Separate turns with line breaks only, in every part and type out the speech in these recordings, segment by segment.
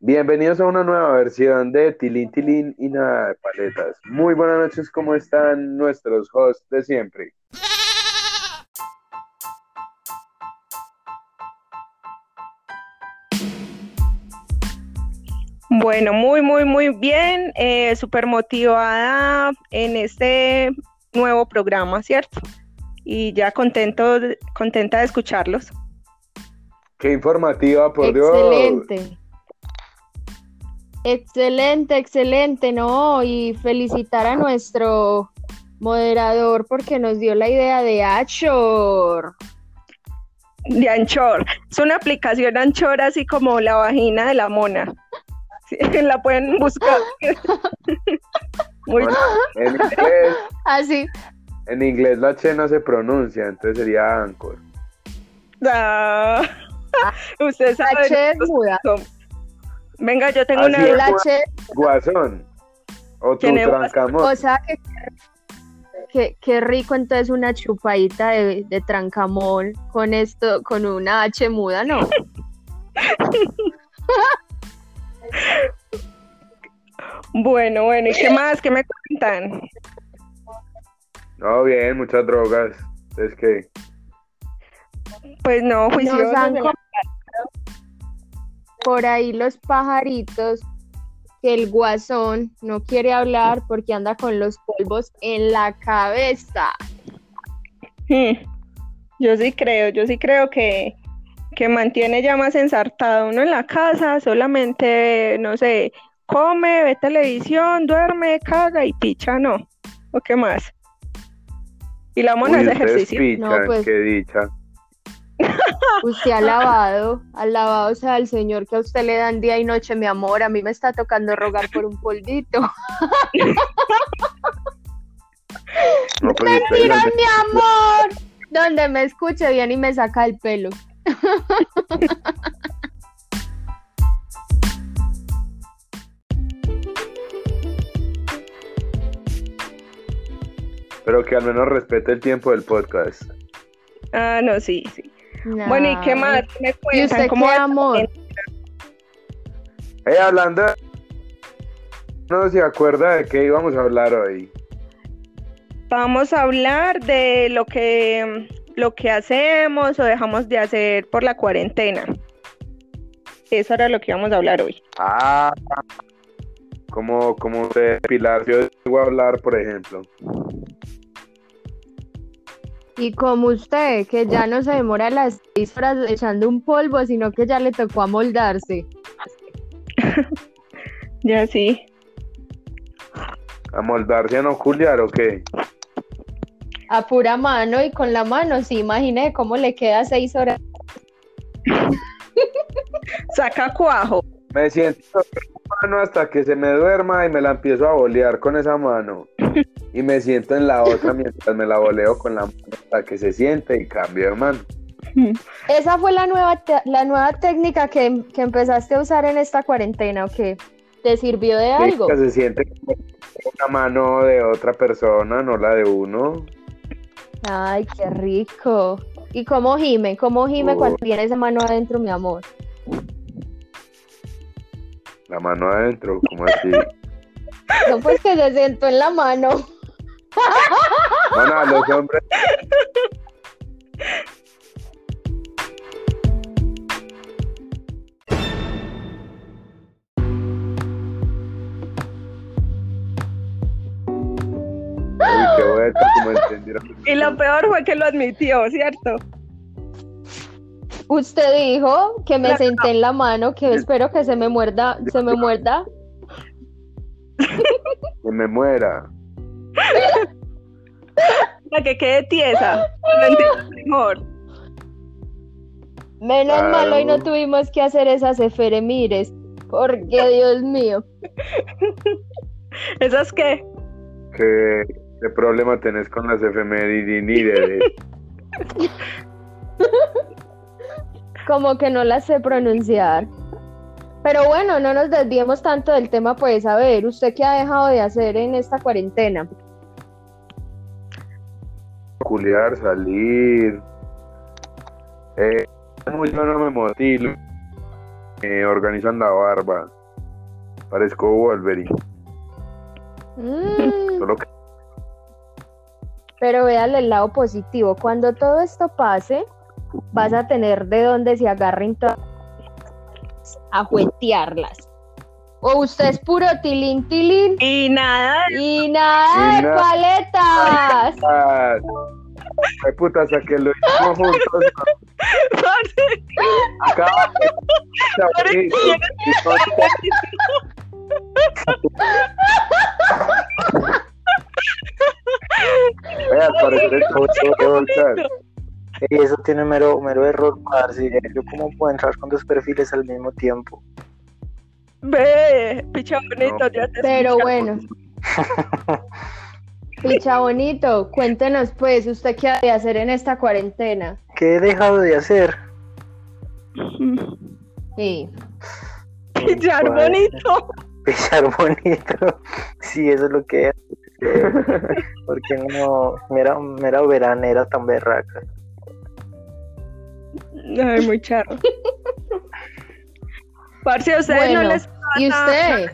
Bienvenidos a una nueva versión de Tilín Tilín y nada de paletas. Muy buenas noches, ¿cómo están nuestros hosts de siempre?
Bueno, muy, muy, muy bien. Eh, Súper motivada en este nuevo programa, ¿cierto? Y ya contento, contenta de escucharlos.
Qué informativa, por
excelente.
Dios.
Excelente, excelente, ¿no? Y felicitar a nuestro moderador porque nos dio la idea de Achor.
De Anchor. Es una aplicación Anchor así como la vagina de la mona. Sí, la pueden buscar.
Muy bueno, en, inglés,
Así.
en inglés la H no se pronuncia, entonces sería Anchor.
Ah, Ustedes
La
saben.
H es muda.
Son- Venga, yo tengo
Así
una
es.
La H,
Guasón. O tu
¿Quién es
o
trancamón.
sea que, que- qué rico entonces una chupadita de, de trancamol con esto, con una H muda, ¿no?
Bueno, bueno, ¿y qué más? ¿Qué me cuentan?
No, bien, muchas drogas. Es que
Pues no, juiciosos.
Nos han
en la-
comentado por ahí los pajaritos que el guasón no quiere hablar porque anda con los polvos en la cabeza.
Hmm. Yo sí creo, yo sí creo que, que mantiene ya más ensartado uno en la casa, solamente, no sé, come, ve televisión, duerme, caga y picha, no. ¿O qué más? Y la mona
uy,
es
ustedes
ejercicio.
pichan,
No, pues.
qué dicha.
Usted alabado, alabado sea el Señor que a usted le dan día y noche, mi amor. A mí me está tocando rogar por un polvito.
No, pues ustedes
¡Mira,
las-
mi amor! Donde me escuche bien y me saca el pelo.
pero que al menos respete el tiempo del podcast.
Ah, no, sí, sí. Bueno, ¿y qué más? ¿Qué me
¿Y
cuentan?
usted
¿Cómo
qué,
va
amor?
Eh, hablando de- No se acuerda de qué íbamos a hablar hoy.
Vamos a hablar de lo que, lo que hacemos o dejamos de hacer por la cuarentena. Eso era lo que íbamos a hablar hoy.
Ah, como, como de Pilar, yo voy a hablar, por ejemplo.
Y como usted, que ya no se demora las seis horas echando un polvo, sino que ya le tocó amoldarse.
Ya sí.
¿A moldarse a no culiar o qué?
A pura mano y con la mano, sí, imagine cómo le queda seis horas.
Saca cuajo.
Me siento con la mano hasta que se me duerma y me la empiezo a bolear con esa mano. Y me siento en la otra mientras me la boleo con la mano hasta que se siente y cambio de mano.
Esa fue la nueva, te- la nueva técnica que, que empezaste a usar en esta cuarentena, ¿o qué? ¿Te sirvió de algo?
Que se siente como una mano de otra persona, no la de uno.
Ay, qué rico. ¿Y cómo gime? ¿Cómo gime
Uy.
cuando tiene esa mano adentro, mi amor?
La mano adentro, como así.
No, pues que se sentó en la mano.
Bueno, a los hombres Uy, qué bueno, como entendieron.
Y lo peor fue que lo admitió, ¿cierto?
Usted dijo que me
La-
senté en la mano, que espero que se me muerda, se me muerda.
Que me muera.
Para que quede tiesa. Lo entiendo mejor.
Menos
Claro.
mal hoy no tuvimos que hacer esas eferemires, porque Dios mío.
¿Esas qué?
¿Qué, qué problema tenés con las efemérides?
Como que no las sé pronunciar. Pero bueno, no nos desviemos tanto del tema, pues a ver, ¿usted qué ha dejado de hacer en esta cuarentena?
culiar, salir. Eh, no, yo no me motilo. Eh, organizan la barba. Parezco Wolverine.
Mm,
Solo que
pero véale el lado positivo. Cuando todo esto pase, vas a tener de dónde se agarren todas a juetearlas. O usted es puro tilín, tilín.
Y nada,
Y nada
Y
de
nada.
paletas.
Ah, Ay, puta, hasta que lo hicimos juntos.
parce,
Acá. Chavalito, y con- Vea, parece que todo se va a volcar.
Y eso tiene mero, mero error, parce. Eh, Yo cómo puedo entrar con dos perfiles al mismo tiempo.
ve, picha bonito, ya te
Pero
escucho.
bueno. Picha bonito, cuéntenos pues, ¿usted qué ha de hacer en esta cuarentena?
¿Qué he dejado de hacer?
Sí.
Pichar
Vale.
bonito.
Pisar bonito. Sí, eso es lo que es. Porque no, mera, mera veranera tan berraca.
Ay, muy charro. Parce, a ustedes no
Bueno,
les
¿Y usted?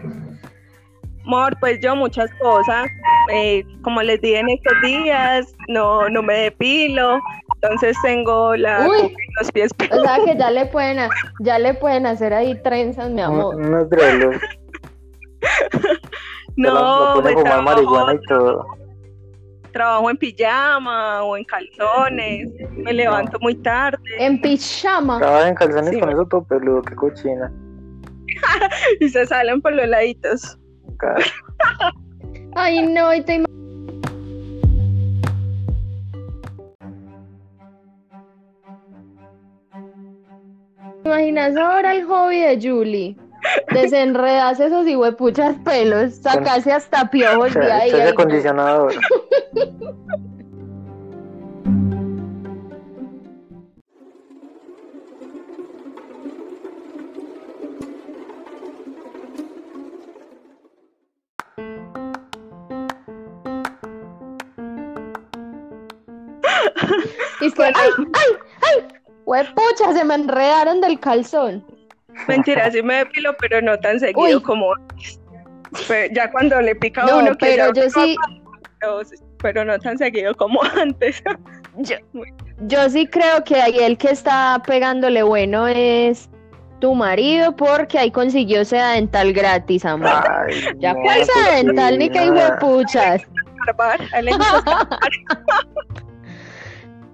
Amor, pues yo muchas cosas. Eh, como les dije en estos días, no, no me depilo. Entonces tengo la,
Uy.
los pies
O sea que ya le pueden, ha- ya le pueden hacer ahí trenzas, mi
Un-
amor.
Unos dreadlocks. Se la- la
No,
pone
pues
a fumar marihuana
trabajo,
y todo.
trabajo en pijama o en calzones. Me levanto muy tarde.
En pichama.
Trabaja en calzones
Sí.
con eso todo peludo, qué cochina.
Y se salen por los laditos.
Cara.
Ay, no, y te ima- imaginas ahora el hobby de Julie. Desenredas esos huepuchas pelos, sacase hasta
Pues
piojos de ahí.
Echas
ay, no.
acondicionador.
Y es que, ay, ay, ay, huepucha, se me enredaron del calzón.
Mentira, sí me depilo, pero no tan seguido
Uy.
como antes. Pero ya cuando le pica a
No,
uno, que
pero
ya
yo sí,
uno- pero no tan seguido como antes.
yo, yo sí creo que ahí el que está pegándole bueno es tu marido, porque ahí consiguió seda dental gratis, amor.
Ay,
Ya
no,
cuál
pero
seda dental, ni
sí,
que hay
nada.
huepuchas.
Barbar, a él le gusta escapar.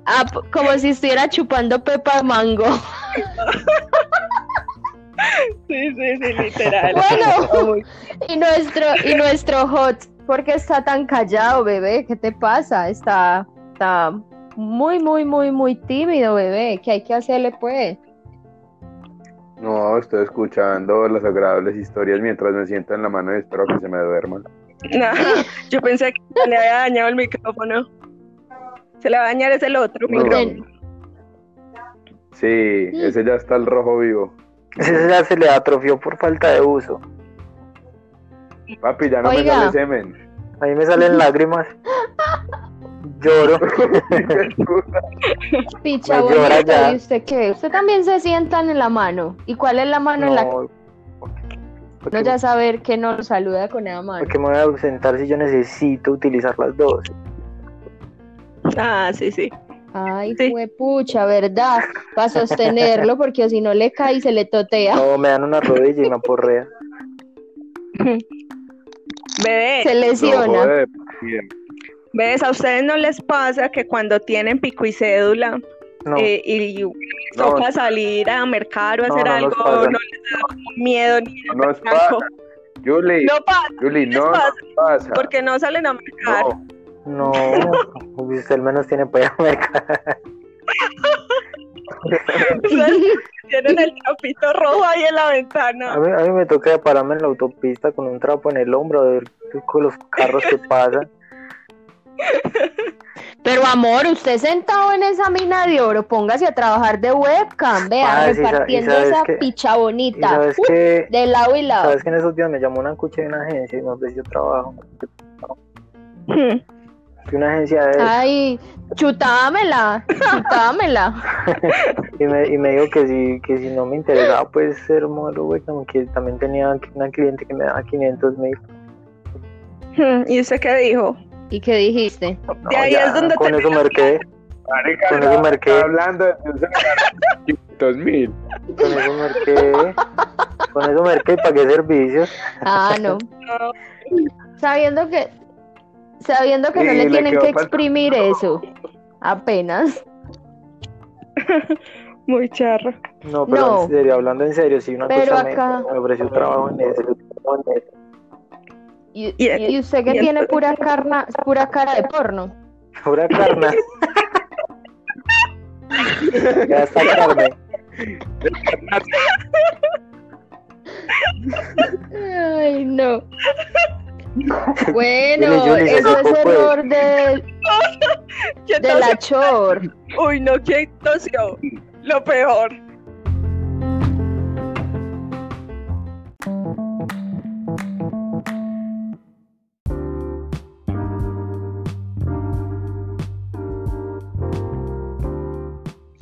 Ah, p- como si estuviera chupando pepa de mango.
Sí, sí, sí, literal.
Bueno, y nuestro, y nuestro hot, ¿por qué está tan callado, bebé? ¿Qué te pasa? Está, está muy, muy, muy, muy tímido, bebé. ¿Qué hay que hacerle, pues?
No, estoy escuchando las agradables historias mientras me siento en la mano y espero que se me duerman.
No, yo pensé que se le había dañado el micrófono. Se le va a dañar es el otro
No.
micrófono.
Sí,
Mm.
ese ya está el rojo vivo.
Ese ya se le atrofió por falta de uso.
Papi, ya no
Oiga.
me sale semen.
A mí me salen lágrimas. Lloro.
Picha
Me llora
bonita,
Pues ya.
¿y usted qué? Usted también se sientan en la mano. ¿Y cuál es la mano en la que
No, porque,
uno ya saber que no lo saluda con nada mano?
porque me voy a ausentar si yo necesito utilizar las dos.
Ah, sí, sí.
Ay,
Sí.
fue pucha, ¿verdad? Para sostenerlo, porque si no le cae y se le totea,
No, me dan una rodilla y me aporrea.
Bebé,
se
No,
lesiona.
joder, bien.
¿ves? A ustedes no les pasa que cuando tienen pico y cédula
No,
eh, y les
No.
toca salir a mercar o
No,
hacer
no nos
algo,
pasa.
no les da como miedo ni
No nos
blanco.
pasa. Julie,
No pasa,
Julie,
les
no,
pasa.
no pasa.
porque no salen a mercar.
No,
no. Usted al menos tiene para ir a mercar.
Ustedes tienen el trapito rojo ahí en la
A
ventana.
mí, a mí me toca pararme en la autopista con un trapo en el hombro a ver con los carros que pasan.
Pero amor, usted sentado en esa mina de oro, póngase a trabajar de webcam, vea,
Ah, sí, sa- y
repartiendo
sabes
esa
que-
picha
Y
bonita,
sabes
uh,
que,
de lado y lado.
sabes que en esos días me llamó una cucha de una agencia y me ofreció trabajo.
Hmm.
Fui a una agencia
Ah,
de
Ay, chutámela, chutámela.
y me, y me dijo que si, que si no me interesaba pues ser modelo, güey, como que también tenía una cliente que me daba 500 mil.
Hmm, ¿Y usted qué dijo?
¿Y qué dijiste?
No,
De ahí
ya,
es donde
con eso
termina-
marqué,
Marica,
Con eso
estaba-
marqué.
estaba hablando de un celular de 500 mil.
con eso marqué, con eso marqué y pagué servicios.
Ah, no.
No.
Sabiendo que, sabiendo que no
Sí,
le
le
tienen
quedó
que
faltando.
exprimir eso. Apenas.
Muy charro.
No, pero
No.
en serio, hablando en serio, si una
Pero
cosa
acá-
me, me ofreció trabajo en eso.
Y,
Y-
y usted que
y
tiene
entonces-
pura carna, pura cara de porno.
Pura carne. ya está carne.
Ay, no.
Dile,
Bueno,
Julie, se
eso es
supo, pues.
error del-
¿Quién
de
tosió?
la chor.
Uy, no, ¿quién tosió? Lo peor.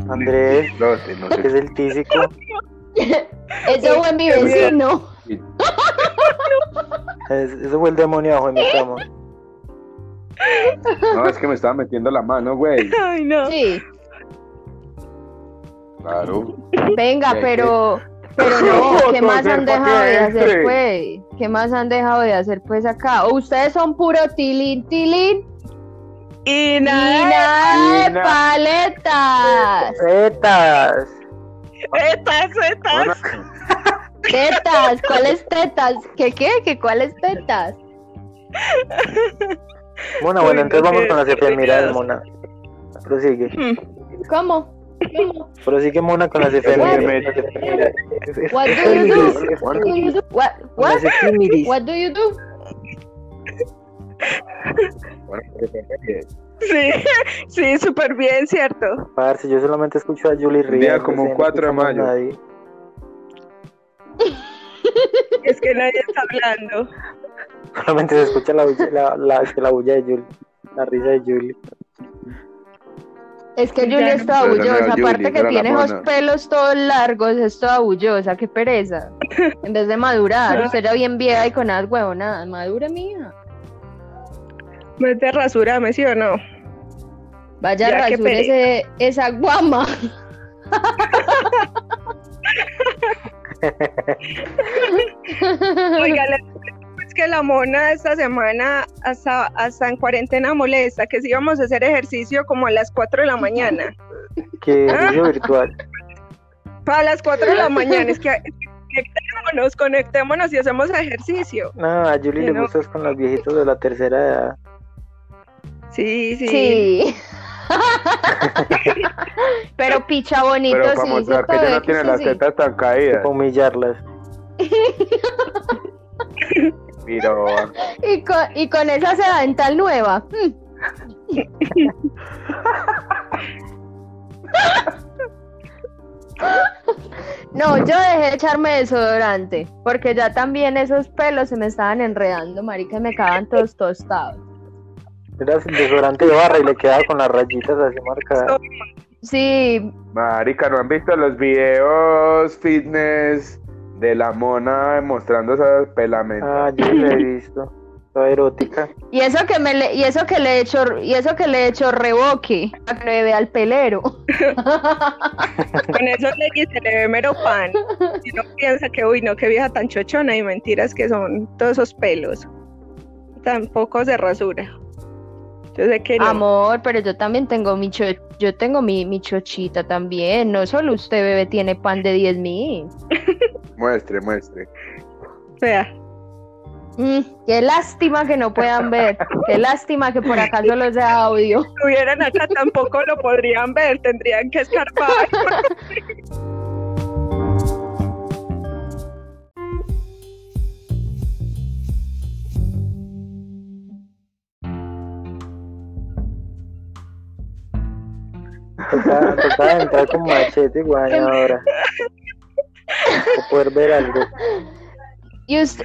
Andrés,
No, sí, no
que
sé.
es el tísico.
Eso fue mi
Qué miedo.
vecino.
Es- eso fue el demonio abajo de mi cama.
No, es que me estaba metiendo la mano, güey.
Ay, no.
Sí.
Claro.
Venga,
Ya,
pero, pero no, ¿qué
Otro
más
ser
han
pa'
dejado
que
de hacer,
entre.
pues? ¿Qué más han dejado de hacer, pues, acá? ¿O ustedes son puro tilín, tilín?
Y
Y
nada,
nada
Y
de
nada.
paletas.
¡Etas!
estas, estas.
Bueno,
Tetas, ¿cuáles tetas? ¿Qué qué? ¿Qué cuáles tetas?
Mona,
Uy,
bueno, entonces
no,
vamos
qué
con las efemérides,
deprimente.
Mona. Prosigue.
Hmm.
¿Cómo?
Prosigue, Mona, con las efemérides.
What do you do?
Con
What do you do? What, what?
las efemérides.
What do you do?
bueno, efemérides.
Sí, sí, súper bien, ¿cierto?
Parce, yo solamente escucho a Julie Ríos.
Día como 4 de mayo.
Es que nadie está hablando.
Solamente se escucha la, bulla- la, la, es que la bulla de Julie. La risa de Julie.
Es que
Ya
Julia
no.
es toda
Pero no era
bullosa,
Julie,
aparte que
era la
tiene los
mona.
pelos todos largos, es toda bullosa, qué pereza. En vez de madurar, usted era bien vieja y con nada huevonadas, madura mía.
Vete, Pues rasurame, ¿sí o no?
Vaya
Ya, qué
rasúrese esa guama.
Oiga, la es que la mona esta semana hasta, hasta en cuarentena molesta, que si íbamos a hacer ejercicio como a las 4 de la mañana.
Que ejercicio virtual.
Para las 4 de la mañana, es que es que conectémonos, conectémonos y hacemos ejercicio.
No, a Julie
Que
le
no.
gustas con los viejitos de la tercera edad.
Sí, sí.
Sí. Pero picha bonito,
Pero para
sí.
mostrar
se
que ya
puede,
no tiene
eso
las
sí.
tetas tan
Para
caídas.
humillarlas.
Pero,
Y con, y con esa seda dental nueva. mm. No, yo dejé de echarme desodorante, porque ya también esos pelos se me estaban enredando, marica, y me quedaban todos tostados.
Era desodorante de barra y le quedaba con las rayitas así marcadas.
Sí,
marica, ¿no han visto los videos fitness de la mona mostrando esas pelamentas?
Ah, yo la he visto. Toda erótica.
y eso que me le, y eso que le echo, y eso que le echo reboque, para que me vea el pelero.
Con eso le, se le ve mero pan. Y uno piensa que, uy, no, qué vieja tan chochona y mentiras que son todos esos pelos. Tampoco se rasura. Yo sé que no.
Amor, pero yo también tengo mi cho- yo tengo mi, mi chochita también. No solo usted, bebé, tiene pan de 10 mil.
Muestre, muestre.
Vea.
Mm, qué lástima que no puedan ver. Qué lástima que por acá solo sea audio.
Si estuvieran acá tampoco lo podrían ver. Tendrían que escarpar.
Tocaba, tocaba entrar con machete y guañadora. Para poder ver algo.
Y usted,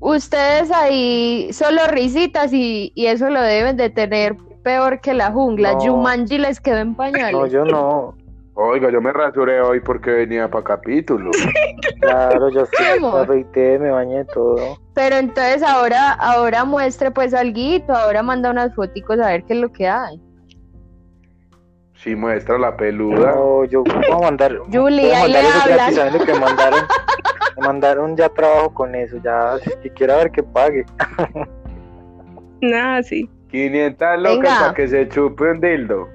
ustedes ahí solo risitas y, y eso lo deben de tener peor que la jungla.
No.
Jumanji les quedó en pañales.
No, yo no.
Oiga, yo me rasuré hoy porque venía para capítulo.
Claro, yo sí me
Vamos.
afeité, me bañé todo.
Pero entonces ahora, ahora muestre pues alguito, ahora manda unas foticos a ver qué es lo que hay.
Si muestra la peluda.
No, yo voy a mandar.
Julie,
voy a
ahí
mandar
le
eso gratis,
hablas.
sabiendo que mandaron, me mandaron ya trabajo con eso. Ya, si quiera ver que pague.
Nada, sí.
500 locas
Venga.
para que se chupe un dildo.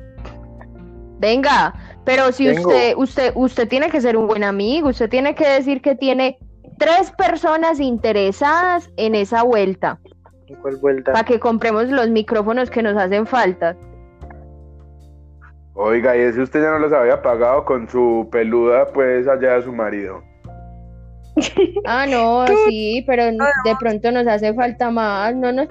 Venga, pero si
Tengo.
usted, usted, usted tiene que ser un buen amigo, usted tiene que decir que tiene tres personas interesadas en esa vuelta,
¿Cuál vuelta?
para que compremos los micrófonos que nos hacen falta.
Oiga, y ese usted ya no los había pagado con su peluda, pues allá a su marido.
Ah, no, sí, pero n-
Ah.
de pronto nos hace falta más, no nos,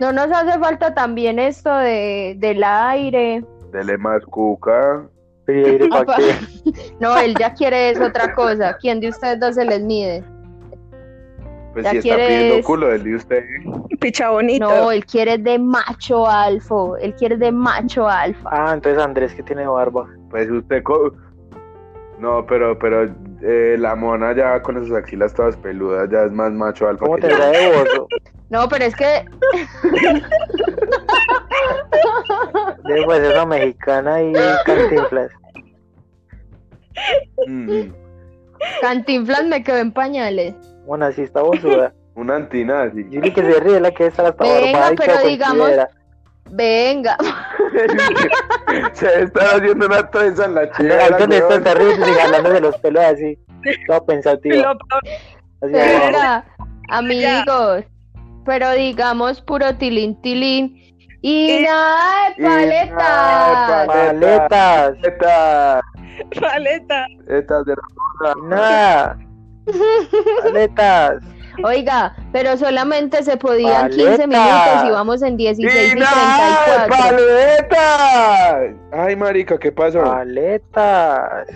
no nos hace falta también esto de, del aire.
Dele más cuca.
Sí, aire pa'
Apa.
qué.
No, él ya quiere es otra cosa. ¿Quién de ustedes dos se les mide?
Pues
Ya
si está
quieres-
pidiendo culo, dele usted.
Picha bonito.
No, él quiere de macho alfo, él quiere de macho alfa.
Ah, entonces Andrés que tiene barba.
Pues usted. co- No, pero, pero eh, la mona ya con sus axilas todas peludas ya es más macho alfa.
¿Cómo
que
tendrá
yo.
de bozo?
No, pero es que
Después pues, es una mexicana y cantinflas.
Mm,
Cantinflas me quedó en pañales.
Bueno, así está bozuda.
una antinazi.
Yuli que se ríe, la que está hasta
Venga,
barbada y
pero
todo con
digamos-
piedra.
Venga,
se está haciendo una trenza en la
Mira,
chica.
algo de estos terribles y jalándose los pelos así. Todo pensativo.
Lo peor,
Así abajo.
venga, amigos. Pero digamos puro tilín, tilín. Y
Y-
nada de
y nada de
paleta.
pal-
Paletas.
Estas,
paleta.
estas de la gorda.
Nada. Paletas.
Oiga, pero solamente se podían 15
Paleta.
minutos y vamos en 16 y
nada de
34.
paletas! Ay, marica, ¿qué pasó?
Ah, Paletas.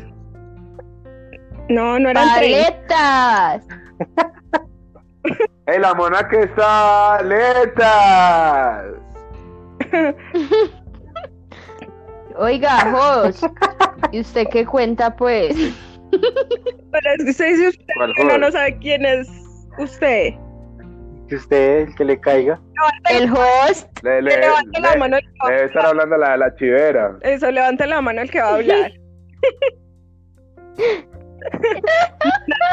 No, no eran tres.
Paletas.
¡Ey, Eh, la mona que está aletas!
Oiga, Jos. ¿Y usted qué cuenta, pues?
Pero es que usted dice usted
¿Cuál
que no,
joder?
no sabe quién es usted.
Que usted, el que le caiga.
El host.
Le, le,
Que levante la
le-
mano el que va a
debe estar hablando la de la chivera.
Eso, levanta la mano el que va a hablar.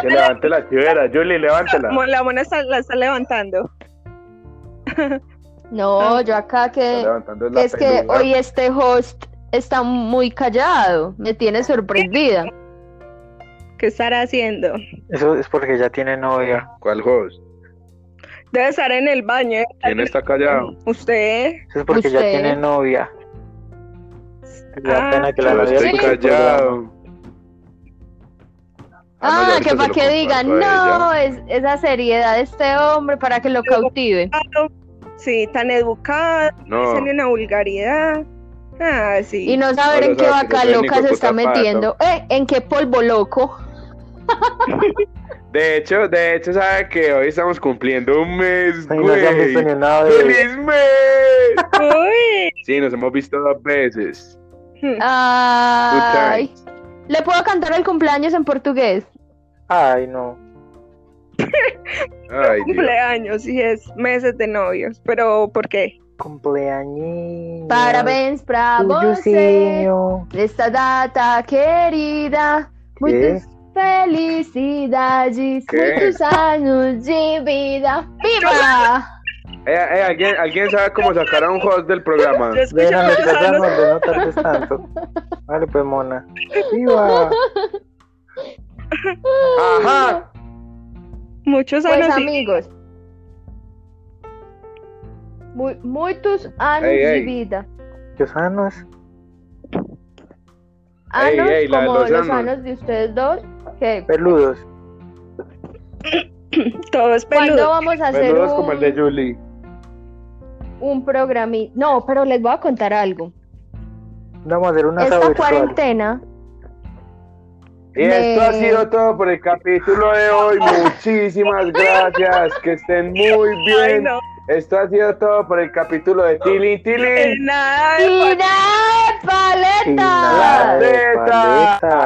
Que levante la chivera. Julie, levántela.
Mo- La mona está, la está levantando.
No, yo acá
Está
que.
levantando la
Eh, Es que
peluda.
hoy este host está muy callado, me tiene sorprendida.
¿Qué estará haciendo?
Eso es porque ya tiene novia.
¿Cuál host?
Debe estar en el baño. ¿eh?
¿Quién está callado?
Usted.
Eso es porque ya
Usted.
tiene novia.
Ah.
La pena que la
Yo
novia
estoy
escuche el programa.
callado. no, ya
Ah,
ahorita
que
se
para
lo
que digan,
comparto a ella.
no, es esa seriedad de este hombre para que lo cautive.
educado, sí, tan educado,
No.
hacen una vulgaridad. Ah, sí.
Y no saber
Ahora
en qué
sabe que
vaca
no soy
loca
ni
se está
coco zapato.
metiendo. Eh, en qué polvo loco.
De hecho, de hecho, sabe que hoy estamos cumpliendo un mes,
Ay, no se han
güey.
visto ni una vez.
¡Feliz mes!
Uy.
Sí, nos hemos visto dos veces.
Ay. ¿Le puedo cantar el cumpleaños en portugués?
Ay, no.
Ay, Dios.
cumpleaños y es meses de novios. Pero, ¿por qué?
Cumpleaños.
Parabéns para você.
Tuyucillo.
Esta data querida. Muchas felicidades,
¿Qué?
muchos años de vida. ¡Viva!
Eh, eh, ¿alguien, ¿Alguien sabe cómo sacar a un host del programa?
Yo escucho
Déjame
que están
casarnos
los-
de no tardes tanto. Vale, pues, mona. ¡Viva!
¡Ajá!
muchos
Pues
años. y-
amigos. Muy, muchos años
Ey,
de
ey.
vida.
Los sanos.
Ey,
Años
ey, la de
como
los
los
anos.
años de ustedes dos. que
Peludos.
Todo es
¿Cuándo
peludo.
vamos a hacer
Menudos como el de
un,
Julie.
un programita? No, pero les voy a contar algo.
Vamos a hacer una
Esta
virtual.
cuarentena,
Y esto ha
de-
sido todo por el capítulo de hoy. Muchísimas gracias. Que estén muy
Ay,
bien.
no,
Esto ha sido todo por el capítulo de Tilín
es
Tilín.
nada.
¡Y nada de
Y
paleta!
nada de
Paleta.
paleta.